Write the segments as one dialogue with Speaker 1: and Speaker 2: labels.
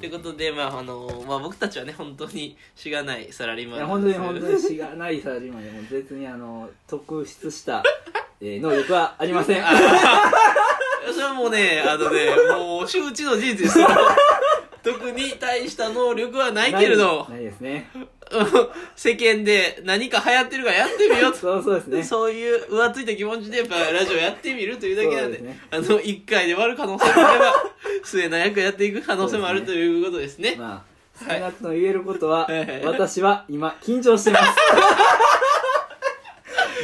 Speaker 1: ということで、まああのまあ、僕たちはね本当にしがないサラリーマ
Speaker 2: いや
Speaker 1: ン
Speaker 2: 本
Speaker 1: な
Speaker 2: 当
Speaker 1: ん
Speaker 2: に
Speaker 1: です
Speaker 2: 本当にしがないサラリーマンでもう別にあの特 筆した、えー能力はありません
Speaker 1: それはもうねあのねもう周知の事実 です特に大した能力はないけれど
Speaker 2: ないないですね
Speaker 1: うん世間で何か流行ってるからやってみようと
Speaker 2: そうそうですね
Speaker 1: そういう浮ついた気持ちでやっぱラジオやってみるというだけなんで
Speaker 2: そうですね
Speaker 1: あの1回で終わる可能性もあれば末永くやっていく可能性もあるということですね
Speaker 2: まあ少なくとも言えることは、
Speaker 1: はいはい
Speaker 2: 私は今緊張してます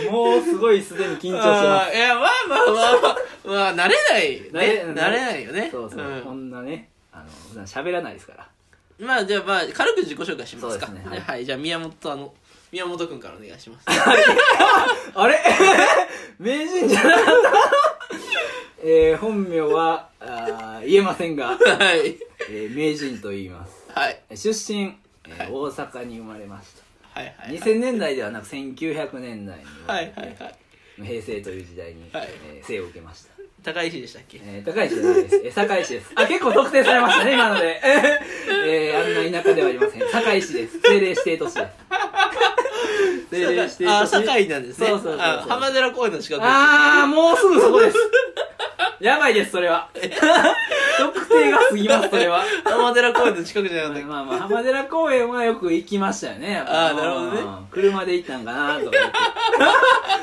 Speaker 2: もうすごいすでに緊張してま
Speaker 1: あーいやまあまあまあまあ、まあ、慣れない、ね、
Speaker 2: 慣れ
Speaker 1: 慣れないよね
Speaker 2: すそうそう、
Speaker 1: ん
Speaker 2: こんなねあの普段喋らないですから
Speaker 1: まあじゃあまあ軽く自己紹介しますか
Speaker 2: そうですね
Speaker 1: は、
Speaker 2: はいい
Speaker 1: じゃあ宮本あの宮本君からお願いします
Speaker 2: あれ 名人じゃ なかった、えー、本名はあー言えませんが、
Speaker 1: はい
Speaker 2: えー名人と言います
Speaker 1: はい
Speaker 2: 出身、えー
Speaker 1: はい
Speaker 2: 大阪に生まれました
Speaker 1: はいはいはい
Speaker 2: 2000年代ではなく1900年代に生ま
Speaker 1: は
Speaker 2: れ
Speaker 1: い
Speaker 2: て、
Speaker 1: はいはい
Speaker 2: 平成という時代に、
Speaker 1: はい
Speaker 2: えー生を受けました
Speaker 1: 高石でしたっけ
Speaker 2: えー、高石じゃないです。えー、堺市です。あ、結構特定されまし たね、今ので。えー、あんな田舎ではありません。堺市です。政令指定都 市です。政令指定
Speaker 1: あ
Speaker 2: 都
Speaker 1: あ
Speaker 2: 市。
Speaker 1: 堺なんですね
Speaker 2: そうそうそうそう
Speaker 1: あ浜寺公園の近くです
Speaker 2: あー、もうすぐそこです。やばいです、そ れは。特定が過ぎます、それは。
Speaker 1: 浜寺公園の近くじゃなかったっ
Speaker 2: まあまあ、浜寺公園はよく行きましたよね。
Speaker 1: あーなるほどね
Speaker 2: ね。車で行ったんかなとか思って。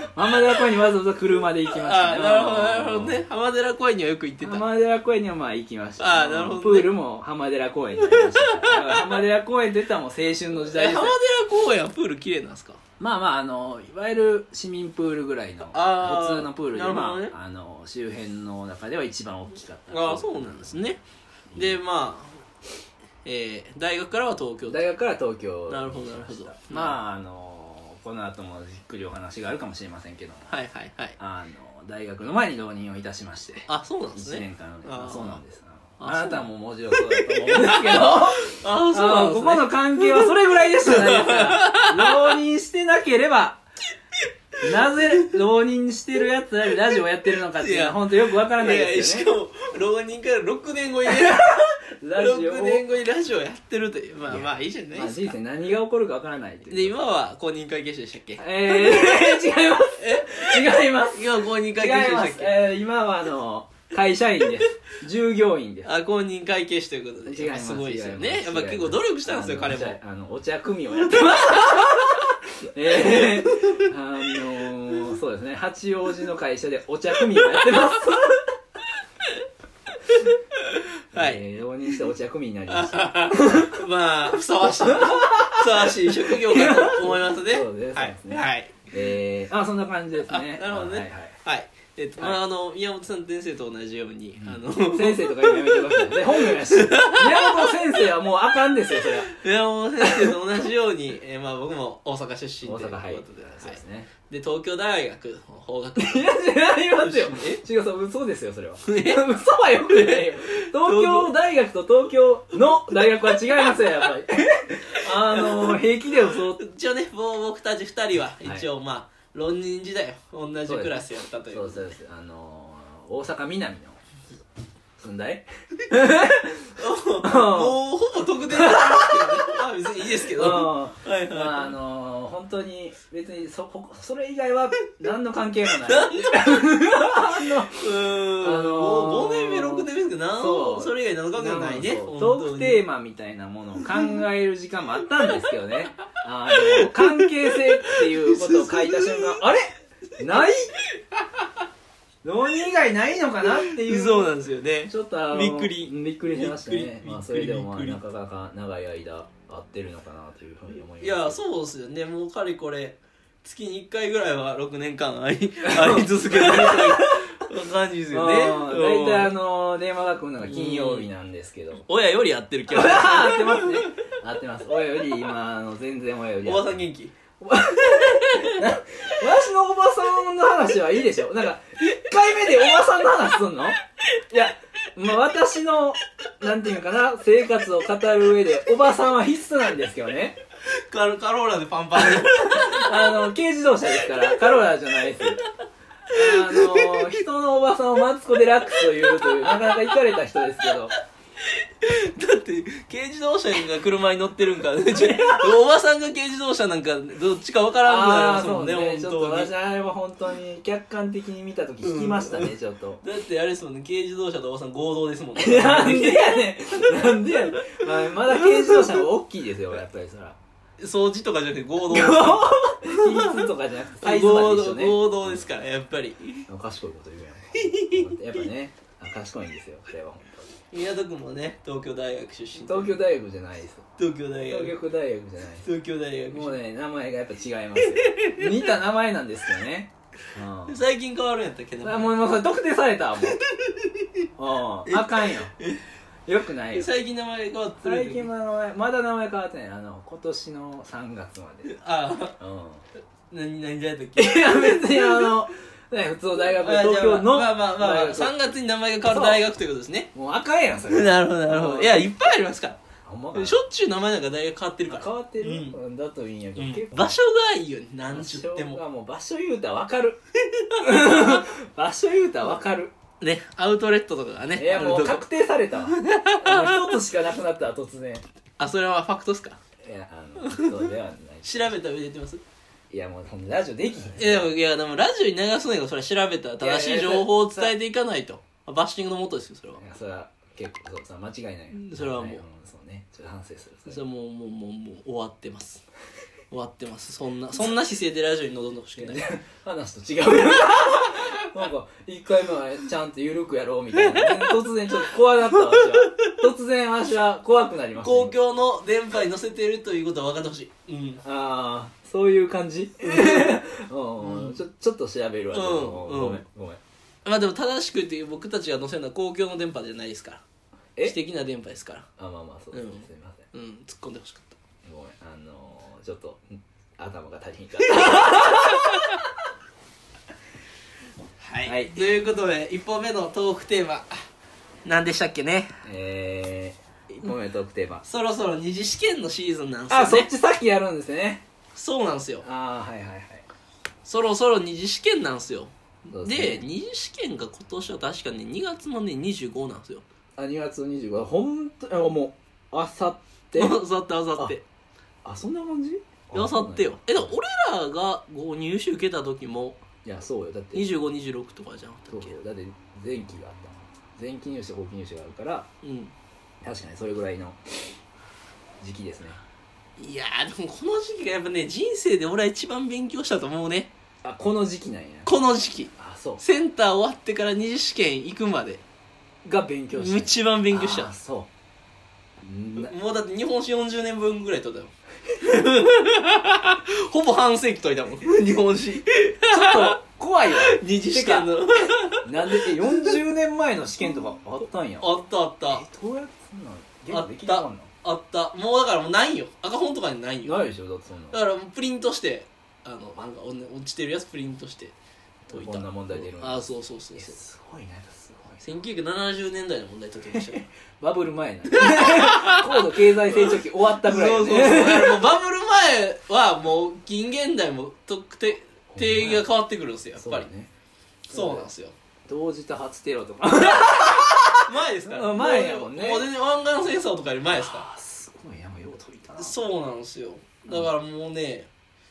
Speaker 2: 浜寺公園にわざわざ車で行き
Speaker 1: け
Speaker 2: まし
Speaker 1: あ
Speaker 2: たね。
Speaker 1: あなるほどなるほどね浜寺公園にはよく行ってた
Speaker 2: 浜寺公園にはまあ行きました
Speaker 1: あーなるほどね
Speaker 2: プールも浜寺公園に行きましただから浜寺公園って言ったらもう青春の時
Speaker 1: え
Speaker 2: 代です
Speaker 1: 浜
Speaker 2: よ
Speaker 1: 寺公園はプール綺麗なんですか
Speaker 2: まあまああのいわゆる市民プールぐらいの
Speaker 1: あー
Speaker 2: 普通のプールで、
Speaker 1: なるほ
Speaker 2: ま
Speaker 1: どね
Speaker 2: あ、あの周辺の中では一番大きかった
Speaker 1: ああそうなんですねでまあえー、大学からは東京
Speaker 2: 大学から東京に
Speaker 1: なるほどなるほ
Speaker 2: 来まし
Speaker 1: ど
Speaker 2: たまああのこの後もじっくりお話があるかもしれませんけど
Speaker 1: はいはいはい
Speaker 2: あの大学の前に浪人をいたしまして
Speaker 1: あそうなんです
Speaker 2: 1年
Speaker 1: ね
Speaker 2: 間
Speaker 1: あー
Speaker 2: そうなんですあ
Speaker 1: あ
Speaker 2: のあなたももちろんそうだと思うんですけど
Speaker 1: ああそうなん
Speaker 2: あ
Speaker 1: です
Speaker 2: ーこ
Speaker 1: ね
Speaker 2: この関係はそれぐらいでしたね。浪人してなければ、なぜ浪人してるやつらにラジオやってるのかっていうの
Speaker 1: いや
Speaker 2: は本当よくわからない
Speaker 1: いやい
Speaker 2: で
Speaker 1: や
Speaker 2: す
Speaker 1: し
Speaker 2: よね。
Speaker 1: かも浪人から6年後にね
Speaker 2: ラジオを
Speaker 1: 6、年後にラジオやってるというまあまあいいじゃない
Speaker 2: まあ、
Speaker 1: です
Speaker 2: 人
Speaker 1: か
Speaker 2: 生何が起こるかわからないという
Speaker 1: で今は公認会計士でしたっけ
Speaker 2: えー、 違います。違います。
Speaker 1: 今は公認会計士
Speaker 2: 違い
Speaker 1: でし
Speaker 2: ま
Speaker 1: たっ
Speaker 2: す。
Speaker 1: け
Speaker 2: えー、今はあの、会社 員です。従業員です。
Speaker 1: あ公認会計士ということで
Speaker 2: 違い
Speaker 1: やっ
Speaker 2: ま
Speaker 1: ぱ
Speaker 2: す。
Speaker 1: すごいですよ
Speaker 2: 違
Speaker 1: ねや
Speaker 2: ま
Speaker 1: っぱ結構努力したんですよ
Speaker 2: あ
Speaker 1: 彼
Speaker 2: の
Speaker 1: も
Speaker 2: じゃああの、お茶組をやって ます。えー、あのー、そうですね。八王子の会社でお茶組をやってます。
Speaker 1: はい
Speaker 2: えー浪人してお茶組になりま した。
Speaker 1: まあふさわしいふさわしい職業かと思いますね
Speaker 2: そうです
Speaker 1: はい
Speaker 2: そうですね
Speaker 1: はい
Speaker 2: えー、あ、そんな感じです
Speaker 1: あ
Speaker 2: ね。
Speaker 1: なるほどね
Speaker 2: はいはい
Speaker 1: はいえっと
Speaker 2: はい
Speaker 1: まああの宮本さん先生と同じようにあの
Speaker 2: 先生とか言うのやめてくださいね。本名やし。宮本先生はもうあかんですよ、それ は。
Speaker 1: 宮本先生と同じようにえーまあ僕も大阪出身
Speaker 2: 大
Speaker 1: という
Speaker 2: 阪はい
Speaker 1: ことではい。
Speaker 2: そうですね。
Speaker 1: で東京大学法学部
Speaker 2: いや、違いますよ。
Speaker 1: え
Speaker 2: 違う、そう、嘘ですよ、それは。嘘はよくないよ。 東京大学と東京の大学は違いますよ、やっぱり。 あの、平気で嘘って。
Speaker 1: 一応ねもう僕たち二人は
Speaker 2: はい
Speaker 1: 一応まあ浪人時代同じクラスやったとい
Speaker 2: そううそうです。あの、大阪南の。住んだい
Speaker 1: もうほぼ特定なんですけどねまあ別にいいですけ
Speaker 2: うん。
Speaker 1: どは
Speaker 2: ま
Speaker 1: いはい
Speaker 2: あ、あの、本当に、別に、そ、ここ、それ以外は、何の関係もな
Speaker 1: う
Speaker 2: い。
Speaker 1: ーん
Speaker 2: あのー
Speaker 1: もう5年目6年目ですけどなん
Speaker 2: そ
Speaker 1: そうそれ以外7日間ないね
Speaker 2: そう
Speaker 1: 本
Speaker 2: ト
Speaker 1: 当
Speaker 2: ー
Speaker 1: に
Speaker 2: クテーマみたいなものを考える時間もあったんですけ どねあの関係性っていうことを書いた瞬 間あれない浪人以外ないのかなっていう
Speaker 1: そうなんですよね
Speaker 2: ちょっとあの
Speaker 1: びっくり
Speaker 2: うんびっくりしました
Speaker 1: びっく
Speaker 2: ね
Speaker 1: り、
Speaker 2: まあ、それでもまあ
Speaker 1: びっくり
Speaker 2: なかなか長い間合ってるのかなというふうに思います
Speaker 1: いやそうですよねもうかれこれ月に1回ぐらいは6年間あり あり続けてるという感じですよね
Speaker 2: うん大体あ
Speaker 1: うん
Speaker 2: の電話が来るのが金曜日なんです けど
Speaker 1: 親よりやってる気がする
Speaker 2: あ合ってますね合ってます親より今あの全然親より
Speaker 1: おばさん元気
Speaker 2: 私のおばさんの話はいいでしょなんか、1回目でおばさんの話すんのいや、まあ、私の、なんていうのかな、生活を語る上で、おばさんは必須なんですけどね。
Speaker 1: カロカローラでパンパンで
Speaker 2: あの、軽自動車ですから、カローラじゃないです。あの、人のおばさんをマツコ・デラックスというという、なかなか行かれた人ですけど、
Speaker 1: だって軽自動車が車に乗ってるん か、ね、ちょおばさんが軽自動車なんかどっちかわからんくなり
Speaker 2: あ
Speaker 1: ま
Speaker 2: あ
Speaker 1: す
Speaker 2: そ
Speaker 1: も
Speaker 2: うん
Speaker 1: ね
Speaker 2: ねちょっと
Speaker 1: 本当に
Speaker 2: 私あれは本当に客観的に見た時引きましたね、ちょっと
Speaker 1: だってあれですもんね軽自動車とおばさん合同です もんね
Speaker 2: なんでやねんなんでやねん、まあ、まだ軽自動車は大きいですよやっぱりそ ら
Speaker 1: 掃除とかじゃなくて合同
Speaker 2: 比率とかじゃなくてサイズまで一緒ね
Speaker 1: 合同ですからやっぱり
Speaker 2: 賢いこと言うやんやっぱね賢いんですよ彼は本
Speaker 1: 宮田君もね東京大学出身
Speaker 2: 当に東京大学じゃないです
Speaker 1: 東京大
Speaker 2: 東
Speaker 1: 学
Speaker 2: 京大学じゃないです
Speaker 1: 東京大学
Speaker 2: もうね名前がやっぱ違いますよ似た名前なんですけどねうん
Speaker 1: 最近変わるんやったっけ
Speaker 2: あもうもうそれ特定されたわもううんあかんよよくないよ
Speaker 1: 最近名前変わってる
Speaker 2: 最近の名前まだ名前変わってないあの今年の3月まで
Speaker 1: ああ
Speaker 2: う
Speaker 1: 何何じゃやったっけ
Speaker 2: んいや別にあのね普通の大学
Speaker 1: あじゃあ
Speaker 2: 東京の
Speaker 1: まあまあまあ、まあ、
Speaker 2: 大学
Speaker 1: 3月に名前が変わる大学ということですね
Speaker 2: もうあかんやんそれ
Speaker 1: なるほどなるほどいやいっぱいありますか
Speaker 2: ほんまからな
Speaker 1: しょっちゅう名前なんか大学変わってるから
Speaker 2: 変わってる、
Speaker 1: う
Speaker 2: だといいんやけ
Speaker 1: う
Speaker 2: ど、
Speaker 1: ん
Speaker 2: 結構
Speaker 1: 場所がいいよね何ちゅって
Speaker 2: 場所
Speaker 1: も
Speaker 2: がもう場所言うたら分か る場所言うたら分かる
Speaker 1: ねアウトレットとかがね
Speaker 2: いやも
Speaker 1: あ
Speaker 2: う
Speaker 1: るとこ
Speaker 2: 確定されたわもう一つしかなくなったわ突然
Speaker 1: あそれはファクトっすか
Speaker 2: いやあのそうではない
Speaker 1: 調べた上で言ってます
Speaker 2: いやもうほんでラジオできひん
Speaker 1: いやでもいやでもラジオに流すのがそれは調べたら正しい情報を伝えていかないとバッシングのもとですよそれはい
Speaker 2: やそれは結構そうそれは間違いないよ
Speaker 1: それはもうん
Speaker 2: そうねちょっと反省する
Speaker 1: それはもうもうもうもう終わってます終わってますそんなそんな姿勢でラジオに臨んでほしくない
Speaker 2: 話と違うなんか一回目はちゃんと緩くやろうみたいな突然ちょっと怖なったわ私は突然私は怖くなりました
Speaker 1: 公共の電波に乗せているということは分かってほしいうん
Speaker 2: ああそういう感じ うん、
Speaker 1: うん
Speaker 2: ちょちょっと調べるわ、
Speaker 1: うんう
Speaker 2: ごめ
Speaker 1: ん
Speaker 2: んごめん
Speaker 1: まあでも正しくっていう僕たちが載せるのは公共の電波じゃないですから
Speaker 2: え
Speaker 1: 私的な電波ですから
Speaker 2: あまあまあそうです、
Speaker 1: うん
Speaker 2: すいません
Speaker 1: うん突っ込んでほしかった
Speaker 2: ごめんあのー、ちょっとん頭が足りんかっ
Speaker 1: はい、
Speaker 2: はい
Speaker 1: ということで1本目のトークテーマ何でしたっけね
Speaker 2: たえー、1本目のトークテーマ、
Speaker 1: そろそろ二次試験のシーズンなんですよ、ね、
Speaker 2: あそっちさっきやるんですね
Speaker 1: そうなんですよ
Speaker 2: ああはいはいはい
Speaker 1: そろそろ二次試験なんですよ
Speaker 2: そう
Speaker 1: で,、
Speaker 2: ですね
Speaker 1: 二次試験が今年は確かね2月のね25なんですよ
Speaker 2: あ2月25日ほんとあもうあさっ て
Speaker 1: あさってあさって
Speaker 2: あそんな感じ
Speaker 1: あさってよえでも俺らがこう入試受けた時も
Speaker 2: いやそうよだって
Speaker 1: 2526とかじゃなか
Speaker 2: そ
Speaker 1: っ
Speaker 2: う
Speaker 1: たっ
Speaker 2: そうだって前期があった前期入試後期入試があるから
Speaker 1: けうん
Speaker 2: 確かにそれぐらいの時期ですね
Speaker 1: いやーでもこの時期がやっぱね人生で俺は一番勉強したと思うね
Speaker 2: あこの時期なんや
Speaker 1: この時期
Speaker 2: あそ
Speaker 1: センター終わってから二次試験行くまで
Speaker 2: うが勉強した
Speaker 1: 一番勉強し
Speaker 2: あ
Speaker 1: た
Speaker 2: そうな
Speaker 1: もうだって日本史40年分ぐらい取ったよ ほぼ半世紀解いたもん日本史
Speaker 2: ちょっと怖いわ
Speaker 1: 二次試験の
Speaker 2: なんでえ40年前の試験とかあったんや
Speaker 1: あったあった
Speaker 2: えどうやってそんなんゲ
Speaker 1: あ
Speaker 2: ー
Speaker 1: っ
Speaker 2: ムできた
Speaker 1: た
Speaker 2: んの
Speaker 1: あったもうだからもうないよ赤本とかにないよ
Speaker 2: ないでしょだってそん
Speaker 1: だ
Speaker 2: な
Speaker 1: からもうプリントしてあのなんかおね落ちてるやつプリントして解いた
Speaker 2: こんな問題出るの
Speaker 1: ああそうそうそう
Speaker 2: え
Speaker 1: そう
Speaker 2: すごいなやっぱすごい
Speaker 1: 1970年代の問題解きました よ
Speaker 2: バブル前な高度経済成長期終わったぐらい
Speaker 1: そ
Speaker 2: や
Speaker 1: うそうそうだからもうバブル前はもう近現代も特定定義が変わってくるんですよやっ
Speaker 2: そう
Speaker 1: ぱ
Speaker 2: だ
Speaker 1: り
Speaker 2: ね
Speaker 1: そうなんですよ
Speaker 2: 同時多発テロとか
Speaker 1: 前ですから
Speaker 2: うん前やもんね
Speaker 1: もう全然湾岸戦争とかより前ですか
Speaker 2: あ すごいなよう解いたな
Speaker 1: らそうなんですよだからもうね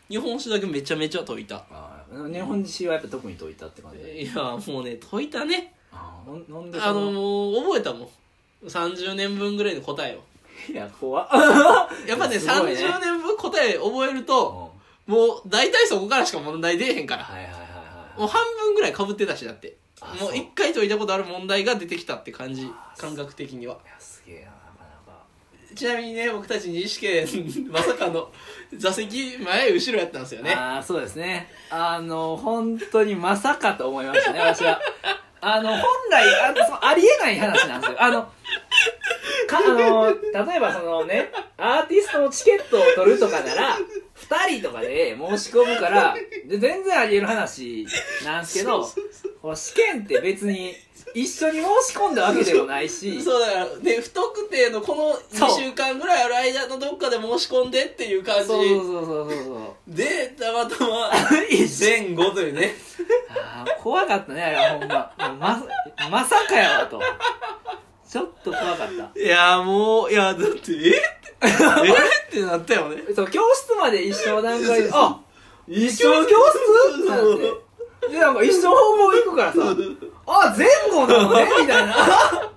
Speaker 1: 日本史だけめちゃめちゃ解いた
Speaker 2: あー日本史はやっぱ特に解いたって感じ
Speaker 1: いやもうね解いたね
Speaker 2: あーななんで
Speaker 1: あ
Speaker 2: そんな
Speaker 1: のもう覚えたもん30年分ぐらいの答えを
Speaker 2: いや怖っ
Speaker 1: やっぱね
Speaker 2: すごいね
Speaker 1: 30年分答え覚える
Speaker 2: うん
Speaker 1: と
Speaker 2: は
Speaker 1: もう大体そこからしか問題出えへんか
Speaker 2: い
Speaker 1: ら
Speaker 2: はいはいはい
Speaker 1: もう半分ぐらいかぶってたしだって
Speaker 2: あ
Speaker 1: もう
Speaker 2: そう
Speaker 1: 一回解いたことある問題が出てきたって感じ
Speaker 2: あそう
Speaker 1: 感覚的にはい
Speaker 2: やすげえななかなか
Speaker 1: ちなみにね僕たち二次試験まさかの座席前後ろやったんですよね
Speaker 2: ああそうですねあの本当にまさかと思いましたね私はあの本来あのそうありえない話なんですよあのかあの例えばそのねアーティストのチケットを取るとかなら2人とかで申し込むからで全然ありえる話なんですけどこう試験って別に一緒に申し込んだわけでもないし
Speaker 1: そうだからで不特定のこの
Speaker 2: そう
Speaker 1: 2週間ぐらいある間のどっかで申し込んでっていう感じ
Speaker 2: そうそうそうそうそう
Speaker 1: でたまたま
Speaker 2: 一
Speaker 1: 前後というね
Speaker 2: あー怖かったねあれはほんまもうまさまさかやわとちょっと怖かった
Speaker 1: いやもういやだってえってえってなったよね
Speaker 2: そう教室まで一緒の段階
Speaker 1: そうそ
Speaker 2: で
Speaker 1: うそう
Speaker 2: あ一緒の教室ってなってでなんか一緒の方向行くからさあ前後なのねみたいな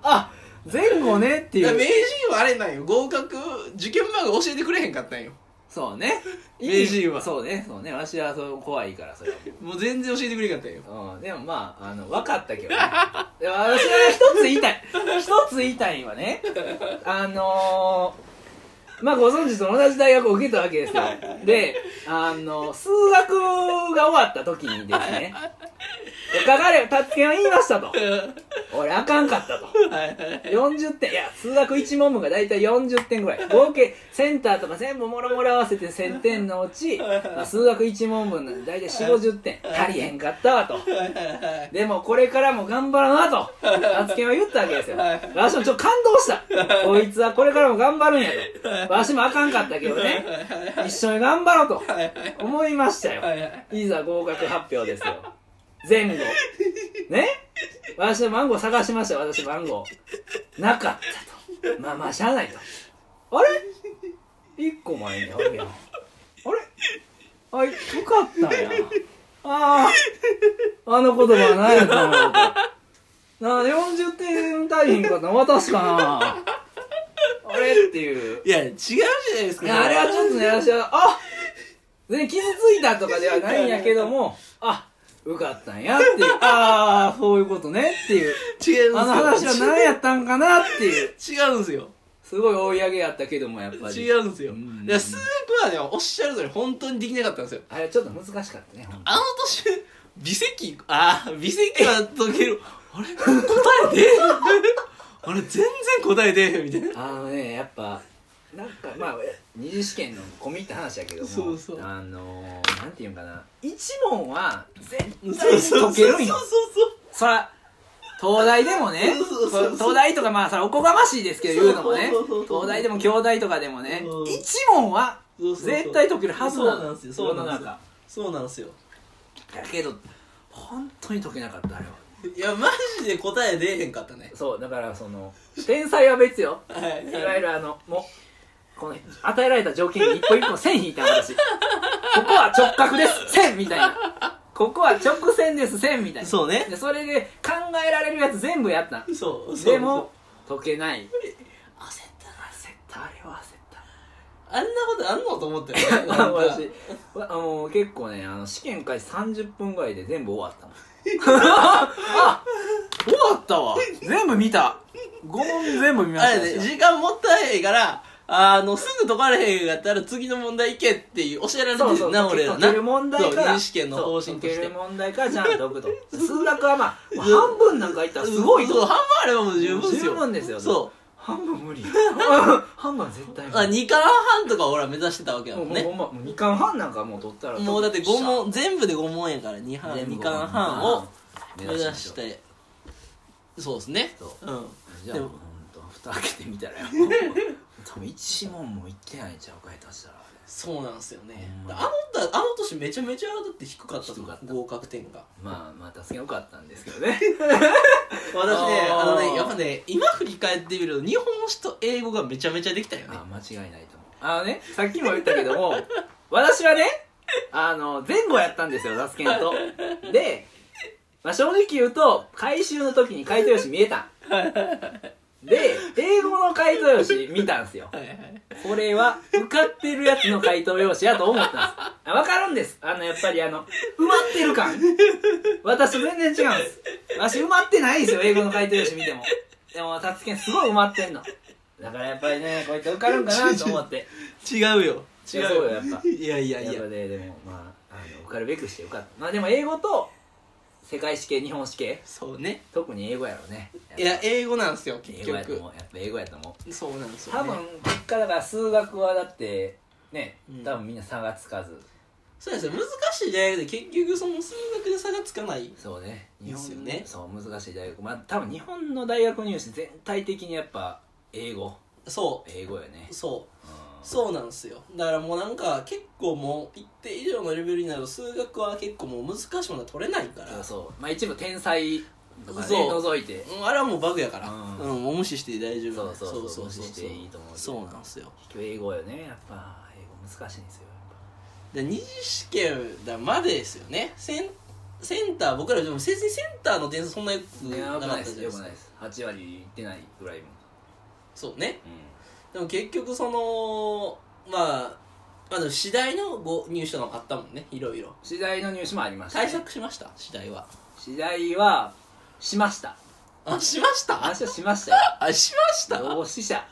Speaker 2: あ前後ねって
Speaker 1: いや名
Speaker 2: いう
Speaker 1: 人はあれなんよ合格受験前が教えてくれへんかったんよ
Speaker 2: そうね
Speaker 1: 名人は
Speaker 2: そうねそうねわしはそう怖いからそれは
Speaker 1: もう全然教えてくれへんかったんよ
Speaker 2: うん、でもまああの分かったけどね でも私は一つ言いたい一つ言いたいのはねあのー、まあご存知と同じ大学を受けたわけですよであの数学が終わった時にですね「かかれたつけは言いました」と「俺あかんかった」と40点いや数学1問分が大体40点ぐらい合計センターとか全部もろもろ合わせて1000点のうち、まあ、数学1問分なんで大体4050点足りへんかったわとでもこれからも頑張らなと夏希は言ったわけですよわしもちょっと感動したこいつはこれからも頑張るんやとわしもあかんかったけどね一緒に頑張ろうと思いましたよ いざ合格発表ですよ前後ね私はマンゴー探しましたよ私マンゴーなかったとまあまあしゃあないとあれ一個前にあるやんあれあよかったやんあああの言葉は何やったのなあ40点足りひんかったの私かなあれっていう
Speaker 1: いや違うじゃないです
Speaker 2: い
Speaker 1: か
Speaker 2: やあれはちょっとね私はあ全然傷ついたとかではないんやけどもあ受かったんやっていうああそういうことねっていう
Speaker 1: 違うん
Speaker 2: あの話
Speaker 1: で
Speaker 2: は
Speaker 1: すよ
Speaker 2: 何やったんかなっていう。
Speaker 1: 違うんですよ
Speaker 2: すごい追い上げやったけども、やっぱり。
Speaker 1: 違うんですよ
Speaker 2: うん
Speaker 1: いや数学はねおっしゃる通り本当にできなかったんですよ
Speaker 2: あれちょっと難しかったね、ほんと
Speaker 1: あの年微積ああ微積は解けるあれ答え出えへんあれ全然答え出えへんみたいな
Speaker 2: あのね、やっぱ、なんかまあ、二次試験の込みって話やけども、
Speaker 1: そうそう
Speaker 2: あのー、なんていうんかな、一問は絶対
Speaker 1: そうそ
Speaker 2: に解
Speaker 1: うそうそ
Speaker 2: けるん
Speaker 1: う
Speaker 2: よ。そら、東大でもね
Speaker 1: そうそうそうそう、
Speaker 2: 東大とかまあ、それおこがましいですけど、言うのもね
Speaker 1: そうそうそう、そう
Speaker 2: 東大でも京大とかでもね
Speaker 1: うん、
Speaker 2: 一問は
Speaker 1: そうそう
Speaker 2: 絶対解けるはずな
Speaker 1: そうなん
Speaker 2: の
Speaker 1: ですよそ
Speaker 2: 世
Speaker 1: うな
Speaker 2: の
Speaker 1: んです
Speaker 2: 中
Speaker 1: よ。そうなんですよ
Speaker 2: だけど、本当に解けなかった、あれは。
Speaker 1: いやマジで答え出えへんかったね
Speaker 2: そうだからその天才は別よ
Speaker 1: はい
Speaker 2: いわゆるあのもうこの与えられた条件に一歩一歩線引いた私ここは直角です線みたいなここは直線です線みたいな
Speaker 1: そうね
Speaker 2: でそれで考えられるやつ全部やった
Speaker 1: そうそう
Speaker 2: でも解けない焦
Speaker 1: そう焦ったな
Speaker 2: ったあれは焦った
Speaker 1: あんなことあんのと思 ったよね
Speaker 2: まあ私わあの結構ねあの試験開始30分ぐらいで全部終わったもん あ終わっ たわ全部見た5問全部見ま
Speaker 1: あ
Speaker 2: した
Speaker 1: れね時間もったいないからあのすぐ解かれへんかったら次の問題行けっていう教えられて
Speaker 2: そうそ
Speaker 1: る
Speaker 2: う
Speaker 1: な俺らな
Speaker 2: 解ける問題から
Speaker 1: そう入試験の方針とし
Speaker 2: そう解け
Speaker 1: て
Speaker 2: る問題からちゃんと解くと 数学はまあ半分なんかいったらすごい
Speaker 1: そう
Speaker 2: と
Speaker 1: 半分あればもう十分ですよ
Speaker 2: 十分ですよ
Speaker 1: そ
Speaker 2: 半分 無理半分は絶対
Speaker 1: う
Speaker 2: 無
Speaker 1: あ
Speaker 2: 理
Speaker 1: 2巻半とか俺は目指してたわけだ
Speaker 2: も
Speaker 1: も
Speaker 2: うんもう
Speaker 1: ね
Speaker 2: ほんまもう2巻半なんかもう取ったら
Speaker 1: もうだって5問全部で5問やから 2, 半
Speaker 2: 全部
Speaker 1: 2
Speaker 2: 五
Speaker 1: 巻半を
Speaker 2: 目
Speaker 1: 目
Speaker 2: 指
Speaker 1: 指
Speaker 2: しま
Speaker 1: し
Speaker 2: ょう
Speaker 1: てそうですね、
Speaker 2: そう
Speaker 1: ん、
Speaker 2: じゃあ
Speaker 1: で
Speaker 2: も
Speaker 1: も
Speaker 2: うほんと蓋開けてみたら よ多分1問もいってないんちゃうか下手したらあれ
Speaker 1: そうなんですよね
Speaker 2: ほんま
Speaker 1: あのだあの年めちゃめちゃだって低かったと
Speaker 2: 低か
Speaker 1: か
Speaker 2: った
Speaker 1: 合格点が
Speaker 2: まあまあ助けよかったんですけどね
Speaker 1: 私ね
Speaker 2: あー
Speaker 1: あのねやっぱね今振り返ってみると日本史と英語がめちゃめちゃできたよね
Speaker 2: あ間違いないと思うあのねさっきも言ったけど も私はねあの前後やったんですよラスケンとで、まあ、正直言うと回収の時に解答用紙見えたで英語の解答用紙見たんですよ
Speaker 1: はいはい
Speaker 2: これは受かってるやつの回答用紙やと思ったんですあわかるんですあのやっぱりあの埋まってる感私と全然違うんです私埋まってないんですよ英語の回答用紙見てもでもたつけんすごい埋まってんのだからやっぱりねこういった受かるんかなと思って
Speaker 1: 違うよ違
Speaker 2: いうやそうよやっぱ
Speaker 1: いやいやいや
Speaker 2: やっぱねでもまああの受かるべくして受かったまあでも英語と世界史系日本史系
Speaker 1: そうね
Speaker 2: 特に英語やろうね
Speaker 1: いや英語なんですよ結
Speaker 2: 英語やと
Speaker 1: 局
Speaker 2: 思うやっぱ英語やと思う
Speaker 1: そうなんですよ、ね、
Speaker 2: 多分結果だから数学はだってね
Speaker 1: うん
Speaker 2: 多分みんな差がつかず、
Speaker 1: そうですよ難しい大学で結局その数学で差がつかない
Speaker 2: そうね
Speaker 1: で
Speaker 2: 日本
Speaker 1: すよね
Speaker 2: そう難しい大学まあ多分日本の大学入試全体的にやっぱ英語
Speaker 1: そ
Speaker 2: 英語よね
Speaker 1: うそう
Speaker 2: うん
Speaker 1: そうなんですよだからもうなんか結構もう一定以上のレベルになると数学は結構もう難しいものは取れないか
Speaker 2: そう
Speaker 1: ら
Speaker 2: そうまあ一部天才とかね
Speaker 1: そう
Speaker 2: 覗いて
Speaker 1: うんあれはもうバグやから、
Speaker 2: う
Speaker 1: うんんもう無視して大丈夫
Speaker 2: そうそうそ
Speaker 1: そ
Speaker 2: う
Speaker 1: うそう
Speaker 2: 無視していいと思うけど
Speaker 1: そうなんですよ
Speaker 2: 結局英語よねやっぱ英語難しいんですよ
Speaker 1: で二次試験だまでですよねセンセンター僕らでも先生センターの点数そんなよく
Speaker 2: や
Speaker 1: なかっ
Speaker 2: っぱいやよく
Speaker 1: た
Speaker 2: ないで
Speaker 1: じゃないで
Speaker 2: すよく
Speaker 1: す
Speaker 2: な
Speaker 1: か
Speaker 2: いです8割いってないぐらいも
Speaker 1: そうね
Speaker 2: う
Speaker 1: でも結局そのまあまあでも次第のご入試とかもあったもんねいろいろ
Speaker 2: ん次第の入試もありましたね
Speaker 1: 対策しました次第は
Speaker 2: 次第はしました
Speaker 1: あしました
Speaker 2: 話はしましたよ
Speaker 1: あしました ど
Speaker 2: 同志社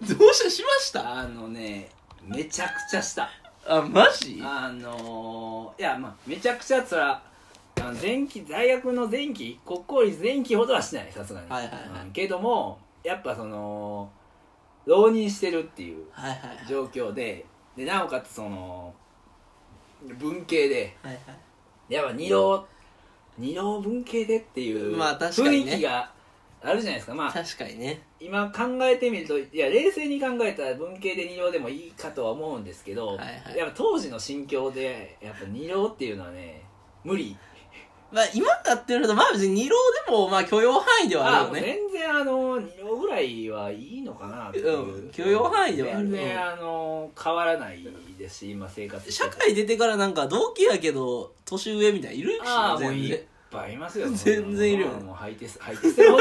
Speaker 1: うしたしました
Speaker 2: あのねめちゃくちゃした
Speaker 1: あマジ
Speaker 2: あのー、いやまあめちゃくちゃつらあの前期大学の前期国公立前期ほどはしないさすがに、
Speaker 1: はいはいはい
Speaker 2: うんけどもやっぱその浪人してるっていう
Speaker 1: はいはいはい
Speaker 2: 状況ででなおかつその文系で
Speaker 1: はい
Speaker 2: やっぱ二浪二浪文系でっていう
Speaker 1: まあ確かに
Speaker 2: 雰
Speaker 1: ね
Speaker 2: 囲気があるじゃないですかまあ
Speaker 1: はい確かにね
Speaker 2: 今考えてみるといや冷静に考えたら文系で二浪でもいいかとは思うんですけど、
Speaker 1: はいはい
Speaker 2: やっぱ当時の心境でやっぱ二浪っていうのはね無理
Speaker 1: まあ今買ってるとまあ別に二浪でもまあ許容範囲ではある
Speaker 2: あ
Speaker 1: よ
Speaker 2: 全
Speaker 1: ね
Speaker 2: 然あの二浪ぐらいはいいのかなっていう、
Speaker 1: うん許容範囲ではある
Speaker 2: 全然、
Speaker 1: うん
Speaker 2: あの変わらないですし今生活して
Speaker 1: 社
Speaker 2: て
Speaker 1: 会出てからなんか同期やけど年上みたいないるし
Speaker 2: ああもう
Speaker 1: 全
Speaker 2: いっ
Speaker 1: 然
Speaker 2: ぱいいますよ
Speaker 1: 全然いるよね
Speaker 2: もうもう履いてす 履いてすよ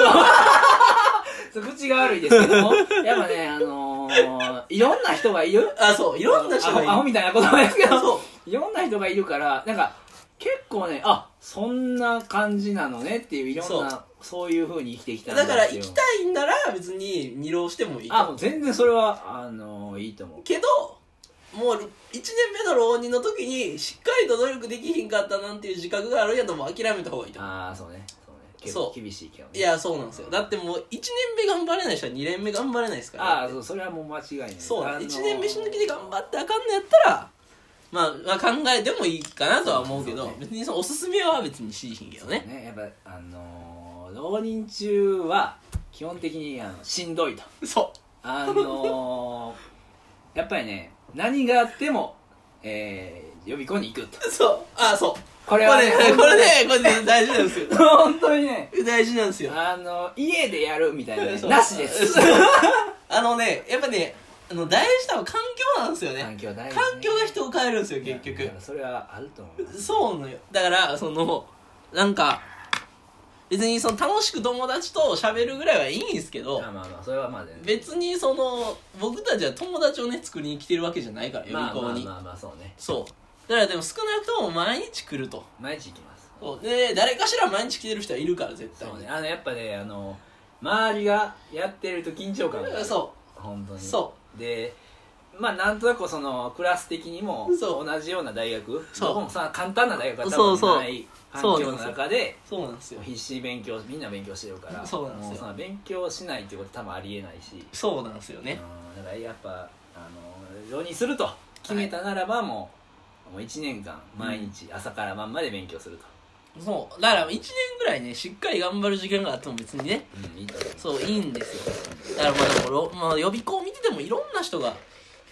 Speaker 2: そう口が悪いですけどもやっぱねあのーいろんな人がいる
Speaker 1: あそういろんな人がい
Speaker 2: アホアホ
Speaker 1: る
Speaker 2: みたいなことなんですけど
Speaker 1: そう
Speaker 2: いろんな人がいるからなんか結構ねあそんな感じなのねっていういろんな
Speaker 1: そ
Speaker 2: そういうふうに生きてきたん
Speaker 1: だから
Speaker 2: ってい
Speaker 1: 行き
Speaker 2: う
Speaker 1: たいんなら別に二浪してもいい
Speaker 2: あもう全然それはあのいいと思う
Speaker 1: けどもう1年目の浪人の時にしっかりと努力できひんかったなんていう自覚があるんやともう諦めた方がいいと思
Speaker 2: ああそうねそうね結
Speaker 1: そ
Speaker 2: 構
Speaker 1: う
Speaker 2: 厳しいけどね
Speaker 1: ういやそうなんですよだってもう1年目頑張れない人は2年目頑張れないですから
Speaker 2: ああそうそれはもう間違いない
Speaker 1: そう
Speaker 2: あ
Speaker 1: な
Speaker 2: の
Speaker 1: んです1年目しのきで頑張ってあかんのやったらまあ、まあ、考えてもいいかなとは思うけど
Speaker 2: そうそう
Speaker 1: 別にそのおすすめは別にしいひんけどね
Speaker 2: ねやっぱあの浪人中は基本的にあのしんどいと
Speaker 1: そ
Speaker 2: あの やっぱりね何があっても、えー予備校に行くと
Speaker 1: うそうあそう
Speaker 2: こ
Speaker 1: こ
Speaker 2: れ
Speaker 1: れ
Speaker 2: は
Speaker 1: ねこれね これね大事なんですよ
Speaker 2: 本当にね
Speaker 1: 大事なんですよ
Speaker 2: あの家でやるみたいなね
Speaker 1: そう
Speaker 2: なしです
Speaker 1: そうあのねやっぱねあの大事なのは環境なんですよね
Speaker 2: 環境大事ね
Speaker 1: 環境が人を変えるんですよ結
Speaker 2: いやだ
Speaker 1: 局
Speaker 2: からそれはあると思う
Speaker 1: そうなのよだからそのなんか別にその楽しく友達と喋るぐらいはいいんですけど
Speaker 2: まあまあまあそれはまあ全然
Speaker 1: 別にその僕たちは友達をね作りに来てるわけじゃないから予
Speaker 2: ま
Speaker 1: 備校
Speaker 2: あ
Speaker 1: に、
Speaker 2: まあまあまあそうね
Speaker 1: そうだからでも少なくとも毎日来ると
Speaker 2: 毎日行きます
Speaker 1: そうで誰かしら毎日来てる人はいるから絶対
Speaker 2: そう
Speaker 1: に
Speaker 2: ねあのやっぱねあの周りがやってると緊張感がある
Speaker 1: そ
Speaker 2: 本当に
Speaker 1: そう
Speaker 2: でまあなんとなくそのクラス的にも
Speaker 1: そ
Speaker 2: 同じような大学
Speaker 1: そう
Speaker 2: どこもさ簡単な大学が
Speaker 1: そ
Speaker 2: 多
Speaker 1: うそ
Speaker 2: 分
Speaker 1: う
Speaker 2: ない環境の中で
Speaker 1: うそうなんですよ
Speaker 2: 必死に勉強みんな勉強してるから
Speaker 1: そうなんですよ
Speaker 2: もそ勉強しないってこと多分ありえないし
Speaker 1: そうなんですよね
Speaker 2: うんだからやっぱあの浪人すると決めたならばもう,、もう1年間毎日朝から晩まで勉強すると、
Speaker 1: そうだから1年ぐらいねしっかり頑張る時間があっても別にね
Speaker 2: うんいいと思います
Speaker 1: そういいんですよだからまあでもろ、まあ、予備校見ててもいろんな人が